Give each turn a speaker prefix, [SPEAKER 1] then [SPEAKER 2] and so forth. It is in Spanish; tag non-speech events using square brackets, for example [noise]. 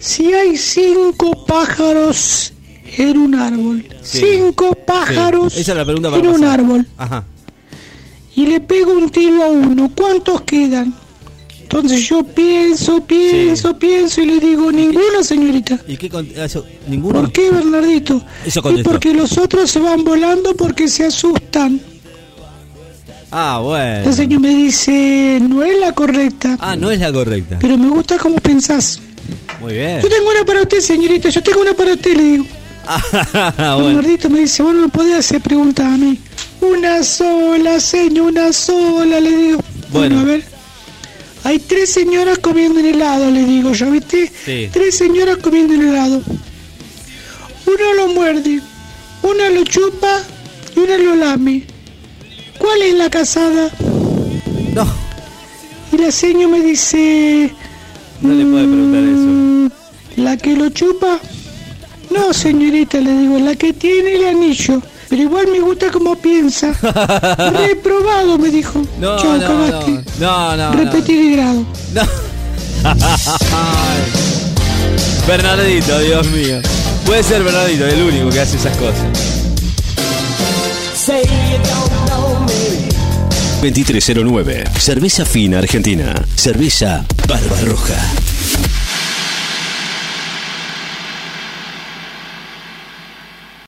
[SPEAKER 1] Si hay cinco pájaros en un árbol,
[SPEAKER 2] Sí.
[SPEAKER 1] cinco pájaros
[SPEAKER 2] Esa es la pregunta para
[SPEAKER 1] en un
[SPEAKER 2] pasar.
[SPEAKER 1] árbol,
[SPEAKER 2] Ajá.
[SPEAKER 1] y le pego un tiro a uno, ¿cuántos quedan? Entonces yo pienso, pienso, pienso y le digo, ninguno señorita.
[SPEAKER 2] ¿Y qué con- Ah, eso? ¿Ninguno?
[SPEAKER 1] ¿Por qué Bernardito?
[SPEAKER 2] Eso
[SPEAKER 1] y
[SPEAKER 2] contestó.
[SPEAKER 1] porque los otros se van volando porque se asustan.
[SPEAKER 2] Ah, bueno.
[SPEAKER 1] La señora me dice, no es la correcta,
[SPEAKER 2] Ah, no es la correcta.
[SPEAKER 1] pero me gusta cómo pensás.
[SPEAKER 2] Muy bien.
[SPEAKER 1] Yo tengo una para usted, señorita, yo tengo una para usted, le digo.
[SPEAKER 2] [laughs] Ah,
[SPEAKER 1] El
[SPEAKER 2] bueno.
[SPEAKER 1] gordito me dice, vos no me podés hacer preguntas a mí. Una sola, señor, una sola, le digo.
[SPEAKER 2] Bueno.
[SPEAKER 1] a ver. Hay tres señoras comiendo en helado, le digo, ¿ya viste?
[SPEAKER 2] Sí.
[SPEAKER 1] Tres señoras comiendo en helado. Una lo muerde, una lo chupa y una lo lame. ¿Cuál es la casada?
[SPEAKER 2] No,
[SPEAKER 1] Y la señora me dice,
[SPEAKER 2] no le puede preguntar eso.
[SPEAKER 1] Mm, ¿La que lo chupa? No, señorita, le digo, la que tiene el anillo. Pero igual me gusta como
[SPEAKER 2] [laughs]
[SPEAKER 1] piensa. Reprobado, me dijo.
[SPEAKER 2] No,
[SPEAKER 1] Chau,
[SPEAKER 2] no,
[SPEAKER 1] cagaste.
[SPEAKER 2] no. No, no, no.
[SPEAKER 1] Repetir el grado.
[SPEAKER 2] No. [laughs] Bernardito, Dios mío. Puede ser Bernardito, el único que hace esas cosas.
[SPEAKER 3] 2309. Cerveza fina argentina. Cerveza Barbarroja.